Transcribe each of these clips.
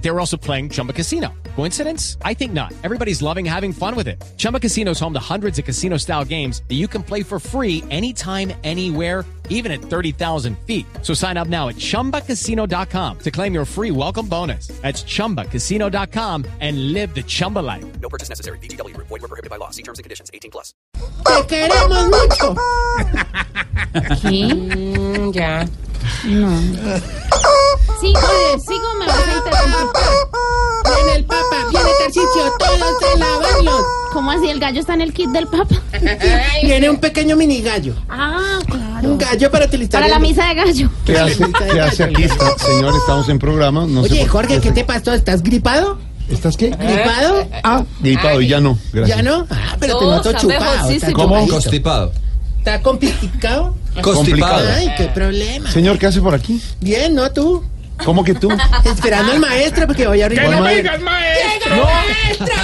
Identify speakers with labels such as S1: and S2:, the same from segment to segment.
S1: They were also playing Chumba Casino. Coincidence? I think not. Everybody's loving having fun with it. Chumba Casino is home to hundreds of casino style games that you can play for free anytime, anywhere even at 30,000 feet. So sign up now at ChumbaCasino.com to claim your free welcome bonus. That's ChumbaCasino.com and live the Chumba life.
S2: No purchase necessary. BGW. Void were prohibited by law. See terms and conditions. 18 plus.
S3: ¡Te queremos mucho!
S4: Mm, ya. No. Sigo, eh, sigo, me vas a interrumpir.
S3: Viene el papa, viene Tarcicio, todos de lavarlos.
S4: ¿Cómo así? ¿El gallo está en el kit del papa?
S3: Viene un pequeño mini gallo.
S4: Ah, claro.
S3: Un gallo para utilizar.
S4: Para la
S3: en-
S4: misa de gallo.
S5: ¿Qué hace, qué hace aquí, esta- señor? Estamos en programa. No sé
S3: Oye,
S5: por-
S3: Jorge, ¿qué te pasó? ¿Estás gripado?
S5: ¿Estás qué?
S3: ¿Gripado?
S5: Ah, gripado, y ya no. Gracias.
S3: ¿Ya no? Ah, pero te
S6: Todo
S3: noto
S6: está
S3: chupado. Está
S6: mejorcísimo.
S5: ¿Cómo?
S3: chupadito.
S7: Constipado.
S3: ¿Está complicado?
S5: Complicado.
S7: Constipado.
S3: Ay, qué problema.
S5: Señor, ¿qué hace por aquí?
S3: Bien, ¿no tú?
S5: ¿Cómo que tú?
S3: Esperando al maestro porque voy a abrir.
S5: no
S3: Mamá,
S5: vengas,
S3: ¡Llega maestro!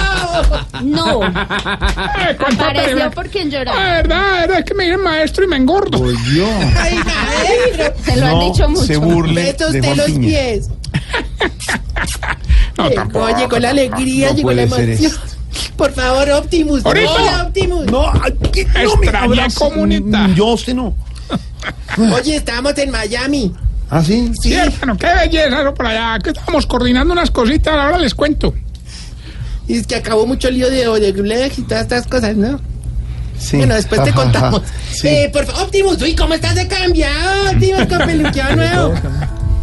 S4: No, apareció
S8: ¿Verdad?
S4: por quien lloraba.
S8: verdad, es que me viene maestro y me engordo.
S5: Por Dios.
S3: ¡Ay, maestro!
S4: Se lo han dicho mucho.
S5: se burle
S3: Besos
S5: de
S3: de
S5: Juan
S3: los
S5: Piña.
S3: pies.
S8: No, tampoco.
S3: Oye, llegó la alegría,
S5: No
S3: llegó la
S5: puede ser
S3: emoción. Por favor, Optimus.
S8: Ahorita.
S3: Hola, Optimus.
S5: No, ay, ¿qué? no me
S8: Extraña
S5: hablas.
S8: comunita.
S5: Yo, usted no.
S3: Oye, estamos en Miami.
S5: ¿Ah, sí?
S3: Sí.
S8: Sí, hermano, qué belleza eso por allá. Que estábamos coordinando unas cositas, ahora les cuento.
S3: Y es que acabó mucho lío de Odebrecht y todas estas cosas, ¿no?
S5: Sí.
S3: Bueno, después te
S5: Ajá,
S3: contamos.
S5: ajá. Sí.
S3: Eh, por favor, Optimus, uy, ¿cómo estás de cambiado, Optimus, con peluqueo nuevo?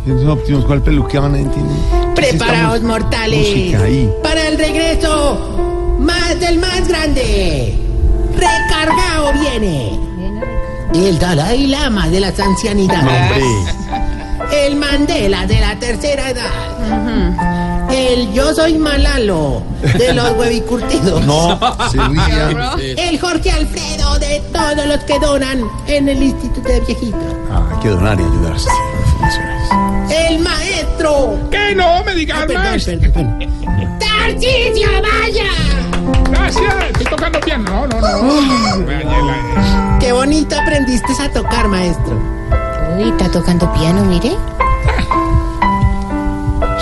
S5: Entonces, Optimus, ¿cuál peluqueaba? Nadie entiende.
S3: Preparaos,
S5: Estamos-
S3: mortales,
S5: música ahí.
S3: para el regreso más del más grande. Recargado viene. El Dalai Lama de las
S5: No,
S3: ancianidades.
S5: hombre.
S3: Ah. El Mandela de la tercera edad. El Yo soy Malalo de los huevicurtidos.
S5: No, se ría.
S3: El Jorge Alfredo de todos los que donan en el Instituto de Viejitos.
S5: Ah, hay que donar y ayudarse. Felicitaciones.
S3: El maestro.
S8: Que no me digas más.
S3: Perdón, perdón. ¡Tarcicio, vaya!
S8: Gracias, estoy tocando piano. No, no, no. Me dañé la-
S3: Qué bonito aprendiste a tocar, maestro.
S4: Uy, está tocando piano, mire.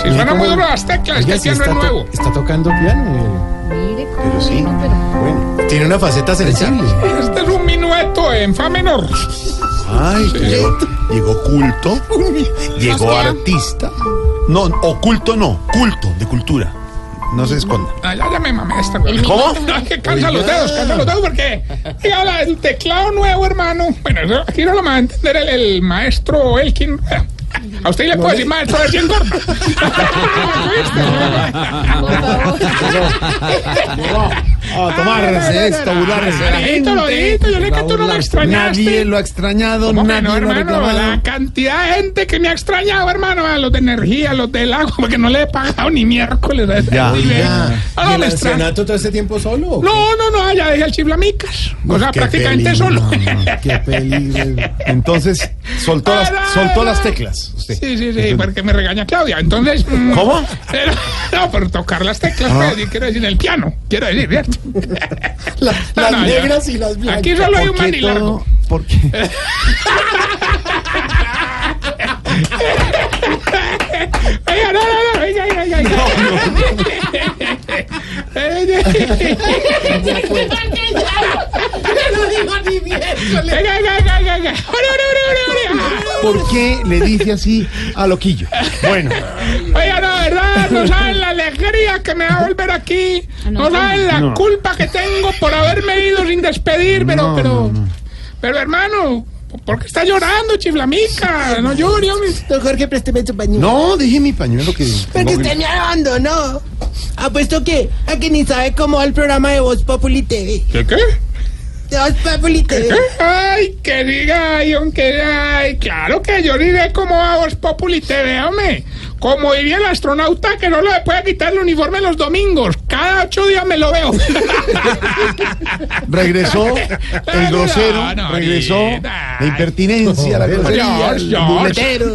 S8: Si suena muy duro las teclas, es que el piano es nuevo.
S5: tocando piano.
S4: Mire cómo.
S5: Pero sí. Bueno. Tiene una faceta sensible.
S8: Este es un minueto en fa menor.
S5: Ay, llegó, llegó culto, llegó artista. No, oculto no, culto, de cultura. No se esconda.
S8: Ah, ya, ya me mamé esta. güey.
S5: ¿Cómo?
S8: Ay, que cansa los dedos, cansa los dedos porque. Diga, la- el teclado nuevo, hermano. Bueno, eso, aquí no lo va a entender el, el maestro Elkin. A usted le puedo decir maestro, a ver si engorda. Ah,
S4: Ah,
S5: A tomarse esto, burlarse.
S8: Alejito, Lodito, yo sé que tú no lo extrañaste.
S5: Nadie lo ha extrañado,
S8: ¿Cómo que
S5: nadie
S8: no,
S5: lo ha
S8: hermano? La
S5: reclamado.
S8: cantidad de gente que me ha extrañado, hermano, a los de energía, a los del agua, porque no le he pagado ni miércoles. a ese
S5: Ya,
S8: nivel.
S5: ya.
S8: Ah, no, me extraña.
S7: todo este tiempo solo?
S8: no, no, no, ya dejé el chiflamicas. O
S5: Pues
S8: sea, prácticamente solo.
S5: Qué peligro. Entonces, soltó las, soltó las teclas. usted.
S8: Sí, sí, sí, porque me regaña Claudia. Entonces. mm,
S5: ¿Cómo?
S8: pero- no, por tocar las teclas, pero sí quiero decir el piano. Quiero decir, ¿cierto?
S3: Las
S8: No, no, ya.
S3: negras y las blancas.
S8: Aquí solo hay un
S5: ¿Por qué
S8: manilargo.
S5: todo? ¿Por qué?
S8: Venga, no, no, no, venga, venga, venga.
S3: ¡No lo digo ni miércoles!
S8: Venga, venga, venga, venga, venga. Ore, ore, ore, ore, ore.
S5: ¿Por qué le dice así a Loquillo? Bueno, Ah.
S8: Oiga, no, de verdad, no saben la alegría que me va a volver aquí. No saben la
S5: No.
S8: culpa que tengo por haberme ido sin despedir, pero,
S5: No,
S8: pero,
S5: no, no.
S8: pero hermano, ¿por qué está llorando, chiflamica? No llore, hombre.
S3: Don Jorge, présteme su pañuelo.
S5: no, dije mi pañuelo que.
S3: Pero que
S5: tengo
S3: usted me abandonó. Apuesto que a que ni sabe cómo va el programa de Voz Populi TV.
S8: ¿Qué qué?
S3: De Voz Populi TV.
S8: Ay, que diga, ay, aunque ay, claro que yo diré como a Voz Populi TV, hombre. Como diría el astronauta que no le puede quitar el uniforme los domingos. Cada ocho días me lo veo.
S5: Regresó el grosero,
S8: No, no,
S5: regresó
S8: ahorita.
S5: la impertinencia, la grosería,
S8: George,
S5: el
S8: George.
S5: muletero.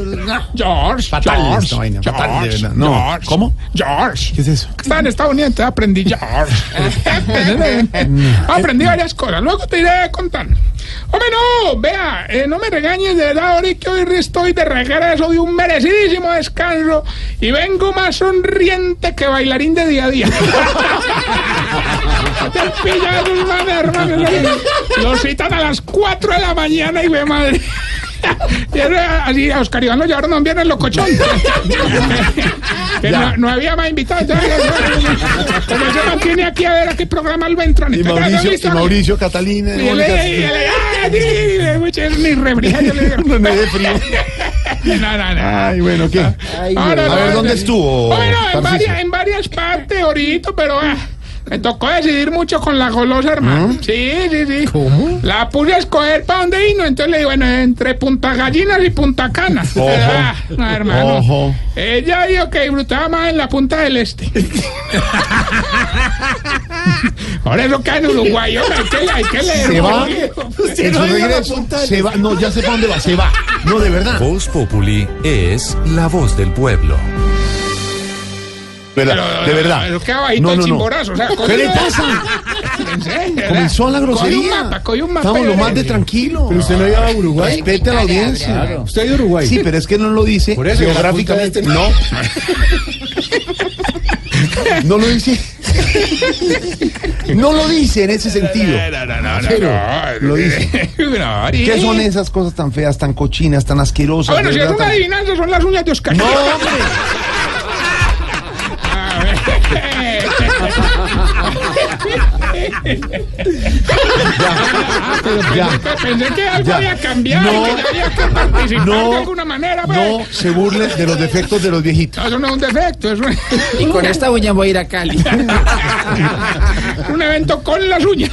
S8: George,
S5: Fatal
S8: George,
S5: esta vaina, fatal, de
S8: George,
S5: verdad. No,
S8: George,
S5: ¿cómo?
S8: George.
S5: ¿Qué es eso?
S8: Estaba en Estados Unidos, entonces aprendí George. aprendí varias cosas. Luego te iré contando. Hombre, no, vea, eh, no me regañes de verdad, ahora que hoy estoy de regreso de un merecidísimo descanso y vengo más sonriente que bailarín de día a día. Te pillan, hermano, hermano. Lo citan a las 4 de la mañana y ve madre. Y era así, a Oscar Iván lo llevaron a un viernes locochón. Que no, no había más invitados. ya, ya, ya. Como se mantiene aquí a ver a qué programa lo entran. este
S5: Y
S8: Entonces,
S5: Mauricio, y
S8: ¿listo?
S5: Mauricio, Catalina,
S8: Y él,
S5: Mónica,
S8: eh, y él, eh, ah, sí, sí, mucho, ni refrigerio, yo le digo.
S5: René de frío.
S8: No, no, no.
S5: Ay, bueno, ¿qué?
S8: Ah, No, no,
S5: A
S8: no,
S5: ver,
S8: no,
S5: ¿dónde
S8: no.
S5: estuvo?
S8: Bueno,
S5: Tarcisio?
S8: en varias, en varias partes, orito, pero ah, me tocó decidir mucho con la golosa, hermano. Sí, sí, sí.
S5: ¿Ah? ¿Cómo?
S8: La puse a escoger para dónde irnos, entonces le digo, bueno, entre Punta Gallinas y Punta Cana.
S5: Ojo.
S8: Ah, no, hermano.
S5: Ojo.
S8: Ella dijo que disfrutaba más en la Punta del Este. Ahora eso cae en Uruguay, hombre, hay que, hay que leer.
S5: Se va.
S8: hombre.
S5: En su regreso, se va. No, ya sé para dónde va. Se va. No, de verdad.
S6: Voz Populi es la voz del pueblo.
S5: De
S8: Pero,
S5: verdad. De verdad.
S8: Pero Ah, queda bajito
S5: No, no,
S8: el
S5: no.
S8: chimborazo. O sea, cogió-
S5: ¿Qué le pasa?
S8: ¿En serio?
S5: Comenzó la
S8: Cogió un
S5: grosería.
S8: mapa, cogió un mapa.
S5: Estamos lo
S8: de-
S5: más de tranquilo. Pero usted no ha ido a Uruguay. Respete a la audiencia. Usted ha ido a Uruguay. Sí, pero es que no lo dice geográficamente.
S8: este
S5: No. No lo dice. No lo dice en ese sentido.
S8: No, no, no, no,
S5: Pero,
S8: no,
S5: lo dice.
S8: No, Ari.
S5: ¿Qué son esas cosas tan feas, tan cochinas, tan
S8: Ah,
S5: asquerosas?
S8: Bueno,
S5: de
S8: si es
S5: verdad,
S8: una
S5: tan-
S8: adivinanza, son las uñas de Oscar.
S5: No, hombre.
S8: A ver.
S5: Ya.
S8: Pensé que algo
S5: Ya.
S8: había cambiado,
S5: No.
S8: que ya había que participar
S5: No.
S8: de alguna manera, pero.
S5: No se burle de los defectos de los viejitos.
S8: Eso no es un defecto, es un,
S3: Y con esta uña voy a ir a Cali.
S8: un evento con las uñas.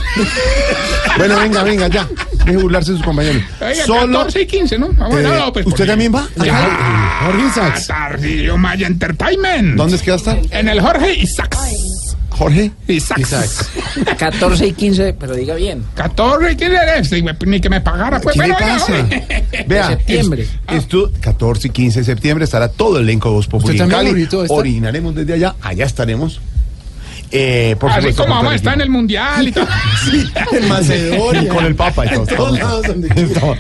S5: Bueno, venga, venga, ya. Deje burlarse de sus compañeros.
S8: Oiga,
S5: Solo.
S8: 14 y 15, ¿no? Vamos,
S5: Eh,
S8: no, no, pues,
S5: ¿Usted
S8: porque-
S5: también va?
S8: Ya.
S5: Jorge Isaacs.
S8: Tardillo Maya Entertainment.
S5: ¿Dónde es que va a estar?
S8: En el Jorge Isaacs.
S5: Jorge.
S8: Isaacs.
S3: 14 y 15, pero diga bien.
S8: 14, ¿quién eres? Ni me- Ni que me pagara, pues.
S5: ¿Qué le
S8: pero oiga,
S5: pasa?
S8: hombre.
S5: Vea,
S3: septiembre.
S5: es- estu- 14 y 15 de septiembre estará todo el elenco de Voz Populi
S7: ¿Usted
S5: en
S7: también,
S5: Cali.
S7: Jorgito, está?
S5: Orinaremos desde allá, allá estaremos. Eh, por
S8: Así
S5: supuesto,
S8: como
S5: con
S8: vamos a
S5: todo
S8: estar en el
S5: equipo.
S8: mundial y todo.
S7: en
S5: Y
S7: Macedonia.
S5: con el Papa y todo. todo. Todo.
S8: Ay,
S5: Ve,
S8: no,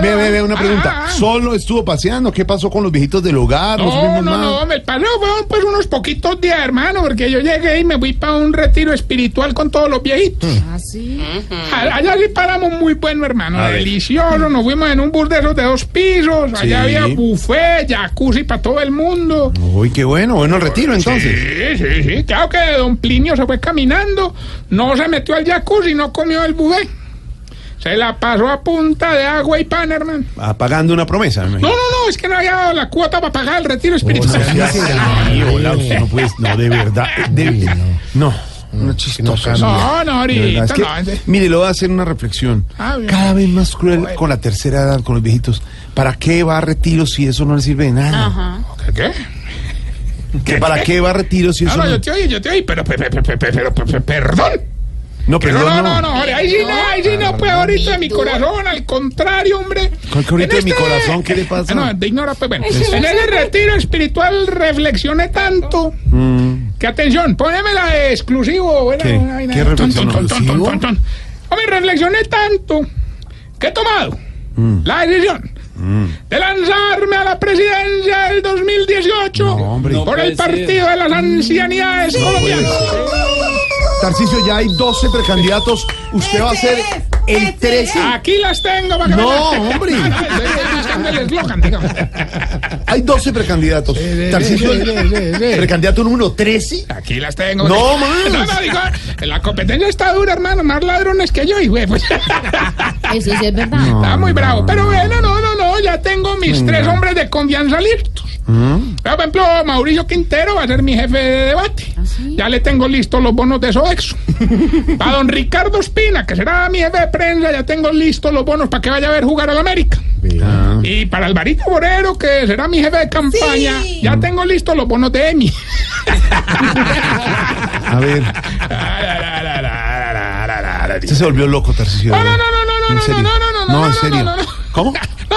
S5: ve,
S8: no.
S5: ve, ve, una
S8: Ah,
S5: pregunta.
S8: ah, ah.
S5: ¿Solo estuvo paseando? ¿Qué pasó con los viejitos del hogar? los
S8: No,
S5: mismos
S8: no,
S5: más?
S8: no, me pasó, fueron pues unos poquitos días, hermano, porque yo llegué y me fui para un retiro espiritual con todos los viejitos.
S4: Ah, sí.
S8: A- Allá sí paramos muy bueno, hermano,
S5: A ver.
S8: delicioso, nos fuimos en un bus de esos de dos pisos, allá
S5: Sí.
S8: había buffet, jacuzzi para todo el mundo.
S5: Uy, qué bueno, bueno el retiro entonces.
S8: Sí, sí, sí, claro que don Plinio se fue caminando, no se metió al jacuzzi, no comió el buffet. Se la pasó a punta de agua y pan, hermano.
S5: Apagando una promesa, me
S8: No,
S5: imagino.
S8: no, no, es que no había dado la cuota para pagar el
S5: Oh,
S8: retiro espiritual.
S5: sea así, hola, usted no puedes, no, de verdad,
S8: Eh,
S5: de No, no chistoso.
S8: No, no, ahorita
S5: Es que,
S8: no, es-
S5: mire, le voy a hacer una reflexión.
S8: Ah, bien.
S5: Cada vez más cruel con la tercera edad, con los viejitos. ¿Para qué va a retiro si eso no le sirve de nada?
S8: ¿Qué? qué?
S5: ¿Que ¿Para qué va a retiro si
S8: No,
S5: eso
S8: Ah, no,
S5: no?
S8: yo te oí, yo te oí, pero, pe- pe- pe- pe- pero, pe- pe- perdón.
S5: No,
S8: Que no,
S5: perdón,
S8: no, no, no, hombre, ahí sí no, ahí sí no, pues ahorita de mi corazón, al contrario, hombre.
S5: ¿Cuál que ahorita
S8: En
S5: de mi corazón? ¿Qué le pasa?
S8: Ah, No, de ignora, pues bueno. En ese retiro espiritual reflexioné tanto. Que atención, ponémela de exclusivo. bueno,
S5: Mm. ¿Qué?
S8: una vaina
S5: ¿Qué
S8: de ton,
S5: reflexión?
S8: ton, ton, ton,
S5: ¿Exclusivo?
S8: ton, ton. Hombre, reflexioné tanto que he tomado
S5: Mm.
S8: la decisión de lanzarme a la presidencia del 2018
S5: No, hombre. No
S8: por el partido de las ancianidades colombianas.
S5: Tarcicio, ya hay 12 precandidatos. Usted va a ser el 13.
S8: Aquí las tengo para que
S5: No,
S8: vean.
S5: hombre.
S8: No, no, estoy buscando el eslogan, digamos.
S5: Hay 12 precandidatos. Tarcicio, precandidato número 13.
S8: Aquí las tengo.
S5: No, más.
S8: No, no, digo, la competencia está dura, hermano. Más ladrones que yo, y güey, pues.
S4: Eso sí es verdad.
S5: Ah.
S8: Está muy bravo. Pero bueno, no, no, no. Ya tengo mis tres hombres de confianza listos.
S5: ¿Mm?
S8: Por ejemplo, Mauricio Quintero va a ser mi jefe de debate. Ya le tengo listos los bonos de Sodexo. Para don Ricardo Espina, que será mi jefe de prensa, ya tengo listos los bonos para que vaya a ver jugar al América. Y para Alvarito Borero, que será mi jefe de campaña, ya tengo listos los bonos de Emi.
S5: A ver,
S8: Ah,
S5: usted se volvió loco, Tarcisio.
S8: No, no, no, no, no,
S5: En
S8: no,
S5: serio.
S8: no, no, no, no,
S5: No, en
S8: no,
S5: serio.
S8: no, no, no.
S5: ¿Cómo?
S8: No, no,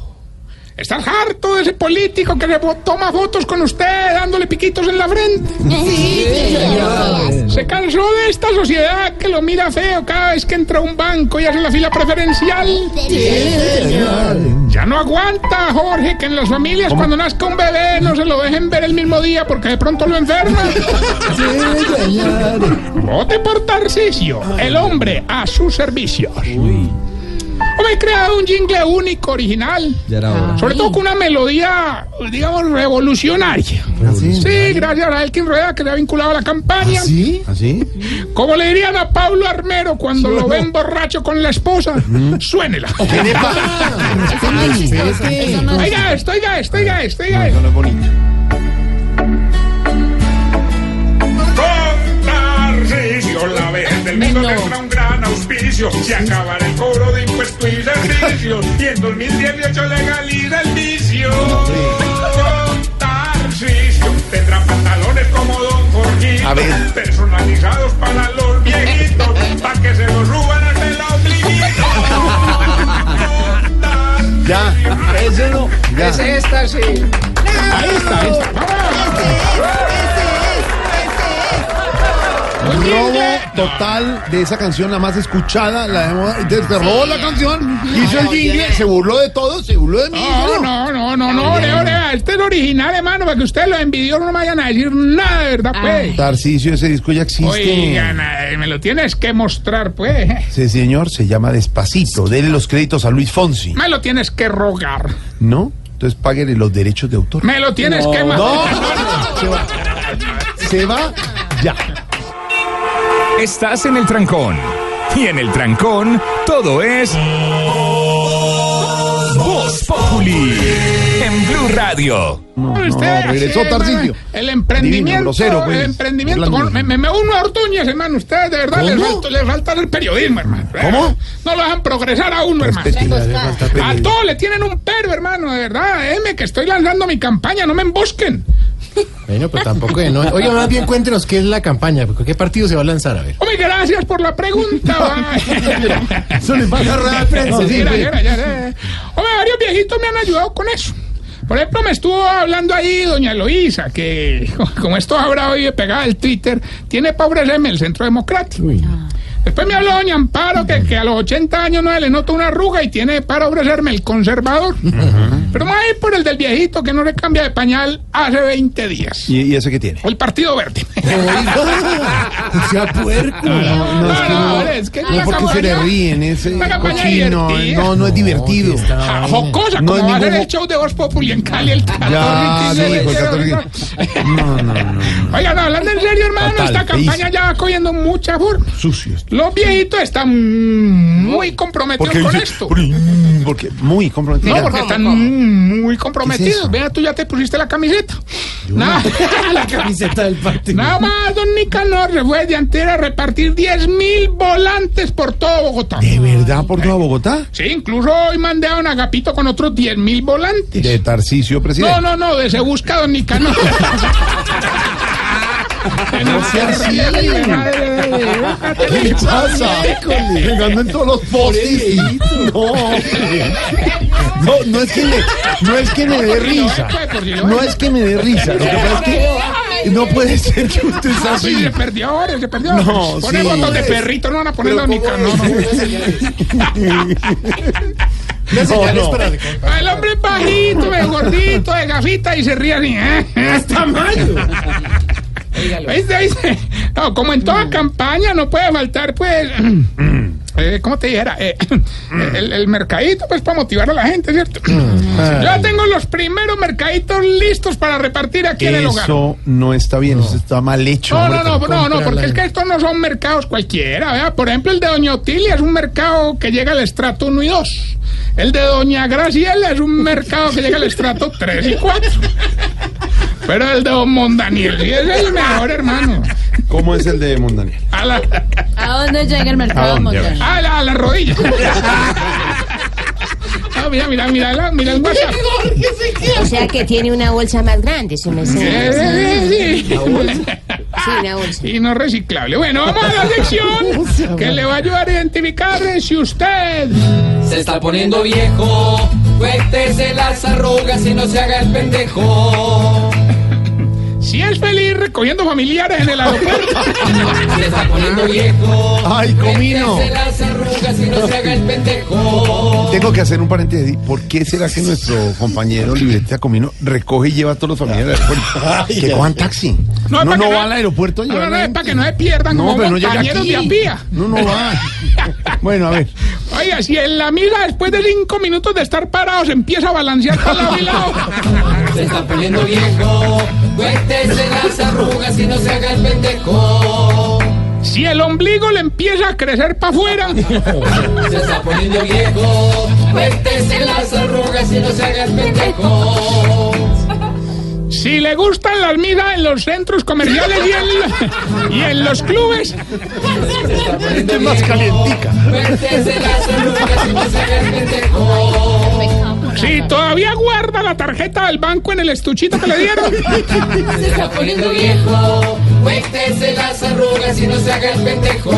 S8: ¿estás harto de ese político que le vo- toma fotos con usted dándole piquitos en la frente? Se cansó de esta sociedad que lo mira feo cada vez que entra a un banco y hace la fila preferencial. Ya no aguanta, Jorge, que en las familias cuando nazca un bebé no se lo dejen ver el mismo día porque de pronto lo enferma. Vote por Tarcisio, el hombre a sus servicios. Hombre, he creado un jingle único, original. Sobre todo con una melodía, digamos, revolucionaria. Sí, gracias a Elkin Rueda que le ha vinculado a la campaña.
S5: ¿Ah, ¿Sí? ¿Así?
S8: Como le dirían a Pablo Armero cuando lo ven borracho con la esposa, suénela. Oiga esto, oiga esto, oiga esto, oiga esto.
S7: Con Tarcisio, la vez del mundo tendrá un gran auspicio. Se acabará el cobro de impuestos y servicios. Y en 2018 legaliza el vicio. Con Tarcisio, tendrá pantalones como Don Jorgito.
S5: A ver.
S7: Personalizados para los viejitos. Para que se los ruban hasta el ombliguito. Con Tarcisio.
S5: Ya. Ese no. Ya. Ese es Tarcisio. Ahí está, ahí está. Robo total de esa canción, la más escuchada, la de moda. Entonces, se robó la canción, hizo el jingle, se burló de todo, se burló de mí.
S8: No, no, no, no, no, ore, ore, este es el original, hermano, para que ustedes los envidiosos no me vayan a decir nada, de ¿verdad, pues?
S5: Ah. Tarcisio, ese disco ya existe.
S8: Oigan, ay, me lo tienes que mostrar, pues.
S5: Ese señor se llama Despacito. Dele los créditos a Luis Fonsi,
S8: Me lo tienes que rogar.
S5: ¿no? Entonces páguele los derechos de autor.
S8: Me lo tienes que ma-
S5: No, se va. Se va ya.
S9: Estás en el trancón. Y en el trancón, todo es. Voz Populi. En Blue Radio.
S8: Usted,
S5: regresó
S8: así, hermano,
S5: Tarcisio.
S8: El emprendimiento.
S5: Divino, grosero, pues.
S8: El emprendimiento.
S5: Orlando.
S8: con- me, me- me uno a Ortuñez, hermano. Ustedes, de verdad, les
S5: ¿Cómo?
S8: falta, les falta el periodismo, hermano.
S5: ¿Cómo?
S8: No lo dejan progresar a uno, hermano.
S5: Respete, ya, ya está
S8: A
S5: perdido.
S8: todos le tienen un perro, hermano, de verdad. M, que estoy lanzando mi campaña, no me embosquen.
S10: Bueno, pero tampoco. eh, no. Oiga, más bien cuéntenos qué es la campaña, porque qué partido se va a lanzar, a ver.
S8: Hombre, gracias por la pregunta. va.
S5: Eso le pasa a Rueda de Prensa,
S8: Sí,
S5: sí,
S8: era,
S5: sí.
S8: era, era, era. Hombre, varios viejitos me han ayudado con eso. Por ejemplo, me estuvo hablando ahí doña Eloísa, que como esto habrá hoy pegada al Twitter, tiene para ofrecerme el Centro Democrático. Después me habló doña Amparo, que, que a los 80 años no se le nota una arruga y tiene para ofrecerme el conservador. Pero más es por el del viejito que no le cambia de pañal hace 20 días.
S5: ¿Y, y ese qué tiene?
S8: O el Partido Verde.
S5: O sea, puerco. No, no, es
S4: Ah,
S5: que
S8: No,
S5: no.
S8: no, es que
S5: no,
S8: la
S5: porque se le
S8: campaña-
S5: ríen, ese
S8: la campaña
S5: cochino.
S8: divertida.
S5: No, no es divertido.
S8: Ja- Ah, jocosa,
S5: Ah, No es
S8: como va a ser
S5: ningún-
S8: el show de Voz Populi en Cali el 14
S5: Ya,
S8: y
S5: sí,
S8: 15 de
S5: hijo, el
S8: enero,
S5: 14. No, no, no.
S8: ¿no? Oigan, hablando en serio, hermano,
S5: Fatal,
S8: esta campaña
S5: feísimo.
S8: ya va cogiendo mucha forma.
S5: Sucio.
S8: Los viejitos están muy comprometidos
S5: Porque,
S8: con
S5: dice-
S8: esto.
S5: porque, mm, porque muy comprometido.
S8: No, porque están muy comprometidos.
S5: eso?
S8: Vea, tú ya te pusiste la camiseta. Nada, la
S10: Camiseta del partido.
S8: Nada más, don Nicanor se fue de antera a repartir 10 mil volantes por todo Bogotá.
S5: ¿De verdad por toda Bogotá?
S8: Sí, incluso hoy mandé a un agapito con otros 10 mil volantes.
S5: De Tarcisio, presidente.
S8: No, no, no, de se busca Don Nicanor.
S5: No sea así. ¿Qué pasa? Pegando en todos los postes. No, hombre. no, no es que le, no es que me dé risa.
S8: pues,
S5: No es que me dé risa. Lo que pasa es que no puede ser que usted sea
S8: Sí,
S5: así.
S8: se pues, perdió, ahora, se perdió.
S5: No,
S8: Pone
S5: sí.
S8: botón de perrito, no van a poner Don Nicanor.
S5: No, no.
S8: no. El hombre es bajito, es gordito, de gafita y se ríe así. ¿eh? Está ¿Viste? ¿Viste? No, como en toda campaña no puede faltar, pues, eh, ¿cómo te dijera? Eh, el, el mercadito, pues para motivar a la gente, ¿cierto? Yo ya tengo los primeros mercaditos listos para repartir aquí en el hogar.
S5: Eso no está bien, eso está mal hecho.
S8: No,
S5: hombre,
S8: no, no,
S5: ¿cómo
S8: no, no,
S5: comprar
S8: porque
S5: la-
S8: es que estos no son mercados cualquiera, ¿vea? Por ejemplo, el de Doña Otilia es un mercado que llega al estrato 1 y 2. El de Doña Graciela es un mercado que llega al estrato 3 y 4. Pero el de Don Mondaniel sí es el mejor, hermano.
S5: ¿Cómo es el de Mondaniel?
S8: A la,
S4: ¿A dónde llega el mercado
S5: dónde?
S4: mundial?
S8: a la, a la rodilla. Ah, mira, mira, mira, la- mira el WhatsApp.
S4: O sea que tiene una bolsa más grande, su
S8: Eh,
S4: mesero.
S8: eh, eh, sí.
S4: Sí, una bolsa.
S8: Y no reciclable. Bueno, vamos a la sección que le va a ayudar a identificar si usted
S11: Se está poniendo viejo. Cuéntese las arrugas y no se haga el pendejo.
S8: si es feliz recogiendo familiares en el aeropuerto.
S11: Se está poniendo viejo.
S5: Ay, comino.
S11: Cuéntese las arrugas y no se haga el pendejo.
S5: Tengo que hacer un paréntesis. ¿Por qué será que nuestro compañero Libreta Comino recoge y lleva a todos los familiares al aeropuerto? Que cojan taxi. No, no,
S8: para que
S5: va al aeropuerto. a
S8: No,
S5: llevar
S8: no,
S5: a
S8: no,
S5: la
S8: es
S5: gente.
S8: para que no se pierdan
S5: No,
S8: como
S5: pero no llega
S8: compañeros
S5: aquí.
S8: de a pía.
S5: No, no va. Bueno, a ver.
S8: Oiga, si en la mira después de cinco minutos de estar parados empieza a balancear para lado y lado.
S11: Se está poniendo viejo. Cuéntese las arrugas y no se haga el pendejo.
S8: Si el ombligo le empieza a crecer para afuera.
S11: Se está poniendo viejo. Cuéntese las arrugas y no se haga el pendejo.
S8: Si le gustan las miras en los centros comerciales y en, y en los clubes.
S11: Se está poniendo
S5: más
S11: viejo.
S5: calientica.
S11: Cuéntese las arrugas y no se haga el pendejo.
S8: Si todavía guarda la tarjeta del banco en el estuchito que le dieron.
S11: Se está poniendo viejo. Cuéntese las arrugas y no se haga el pendejo.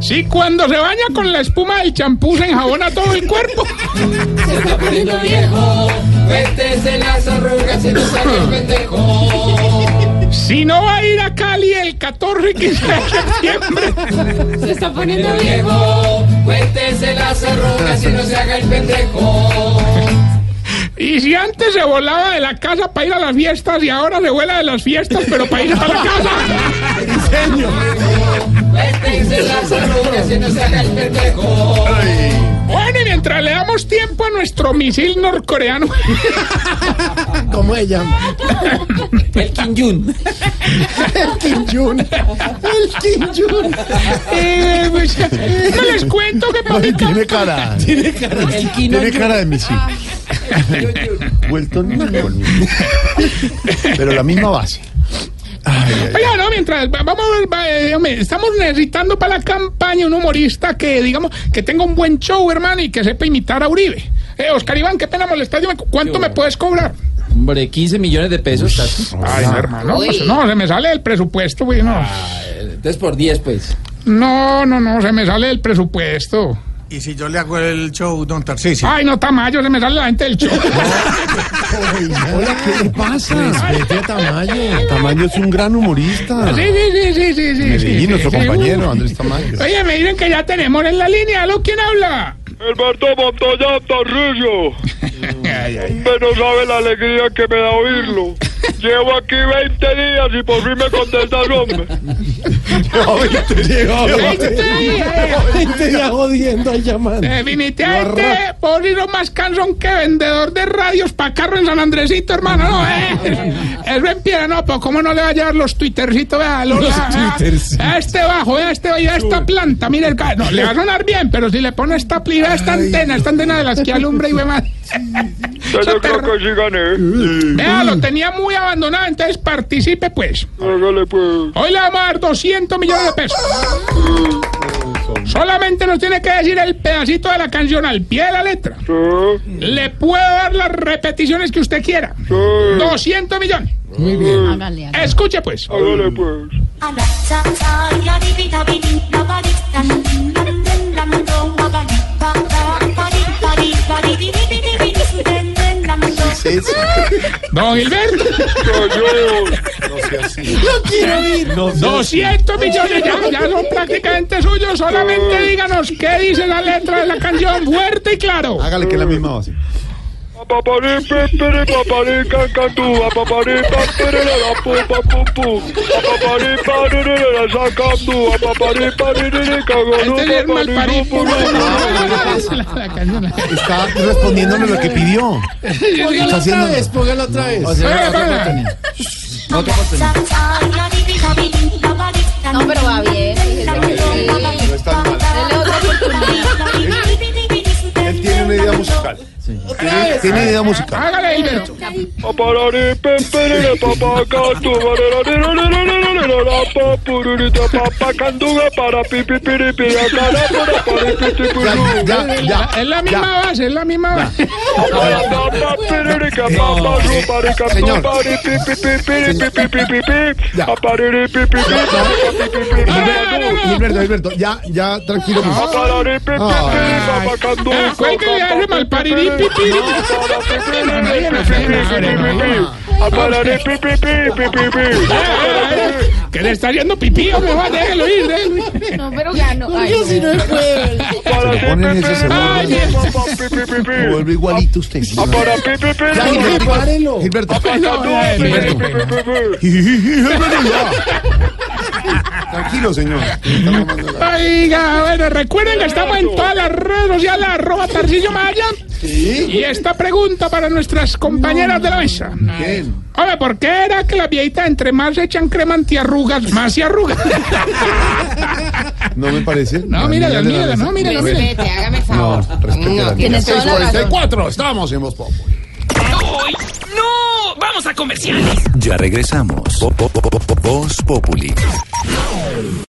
S8: Si cuando se baña con la espuma del champú se enjabona todo el cuerpo.
S11: Se está poniendo viejo. Cuéntese las arrugas y no se haga el pendejo.
S8: Si no va a ir a Cali el 14 y 15 de septiembre.
S11: Se está poniendo viejo. Cuéntese las arrugas y no se haga el pendejo.
S8: Y si antes se volaba de la casa para ir a las fiestas y ahora se vuela de las fiestas pero para ir a la casa.
S11: Cuéntese las arrugas y no se haga el pendejo.
S8: Bueno, y mientras le damos tiempo a nuestro misil norcoreano,
S10: ¿Cómo se llama?
S11: El Kim Jun.
S10: El Kim Jun. El Kim Jun.
S8: eh, pues, no les cuento que
S5: Ay,
S8: papito,
S5: tiene cara. Tiene cara. Tiene cara de misil. Vuelto niño. Pero la misma base.
S8: Oiga, no, mientras va- vamos, va, eh, hombre, estamos necesitando para la campaña un humorista que, digamos, que tenga un buen show, hermano, y que sepa imitar a Uribe. Eh, Oscar Iván, qué pena molestar, dime, ¿cuánto me puedes cobrar?
S11: Hombre, 15 millones de pesos, Tati.
S8: Ay, no, hermano, pues, no, se me sale del presupuesto, güey, no.
S11: Ah, Entonces por 10, pues.
S8: No, no, no, se me sale del presupuesto.
S12: Y si yo le hago el show, don Tarcisio.
S8: Ay, no, Tamayo, se me sale la gente del show.
S5: Hola, ¿qué le pasa?
S10: Vete a Tamayo.
S5: Tamayo es un gran humorista.
S8: Sí, sí, sí, sí, sí, sí. sí, sí,
S5: Medellín, nuestro
S8: sí,
S5: compañero
S8: uh.
S5: Andrés Tamayo.
S8: Oye, me dicen que ya tenemos en la línea, ¿lo quién habla?
S7: Alberto Montoya Tarrillo. Usted no sabe la alegría que me da oírlo. Llevo aquí 20 días y por fin me contesta el hombre.
S10: Te ya jodiendo ahí llamando.
S8: Definitivamente, Paulino más cansón que vendedor de radios para carro en San Andresito, hermano. No, eh. Es mentira, no, pues cómo no le va a llevar los twittercitos vea, los- a- a este bajo, vea, este vea, esta planta, mira el ca- No, le va a sonar bien, pero si le pone esta pli, vea esta antena, esta antena de las que alumbra y ve más.
S7: Yo no creo que sí gané.
S8: Vea, lo tenía muy abandonado, entonces participe pues.
S7: Hágale pues.
S8: Hoy le vamos a dar 200 millones de pesos. Solamente nos tiene que decir el pedacito de la canción al pie de la letra.
S7: Sí,
S8: Le puedo dar las repeticiones que usted quiera.
S7: sí.
S8: 200 millones.
S4: Hágale, hágale.
S8: Escuche pues.
S7: Hágale pues.
S5: Sí, sí.
S8: Don Gilberto.
S7: Cayó.
S8: 200 millones ya, ya son prácticamente suyos. Solamente díganos qué dice la letra de la canción fuerte y claro.
S5: Hágale que es la misma base.
S8: Este
S5: Está respondiéndole lo que pidió.
S10: Póngalo otra vez, póngalo otra vez.
S5: O sea, otra oportunidad. Otra oportunidad.
S13: No, pero va bien. No está mal.
S5: Él tiene una idea musical. Tiene- Tiene idea musical.
S8: Hágale, Hilberto.
S5: Ya, ya, ya.
S8: Es la misma base, es la misma base.
S5: Señor. Gilberto, Gilberto, ya, ya, tranquilo. por favor.
S8: Cuélguele a ese malparidí, pipí. Que le está yendo pipí, hombre, va, déjelo ir, déjelo ir.
S13: No, pero ganó. Ay,
S10: Yo sí no es jueves.
S5: Se le ponen ese celular.
S8: este,
S5: Se Vuelve igualito usted. Ya, Gilberto,
S10: Párelo.
S5: Gilberto.
S8: No, eh,
S5: Gilberto. Gilberto, ya. Tranquilo, señor.
S8: Oiga, bueno, recuerden que estamos en todas las redes sociales, arroba Tarcillo Maya. Y esta pregunta para nuestras compañeras de la mesa.
S5: Bien.
S8: Oye, ¿por qué era que las viejitas entre más se echan crema antiarrugas, más se arrugan?
S5: No me parece.
S8: No, mírala, mírala, no, mírala, mírala.
S4: Respete, hágame el favor.
S5: No, respete la
S4: tienes toda la razón.
S5: 44, estamos en Voz Populi.
S11: ¡No! ¡Vamos a comerciales!
S6: Ya regresamos. Po- po- po- po- po- Voz Populi.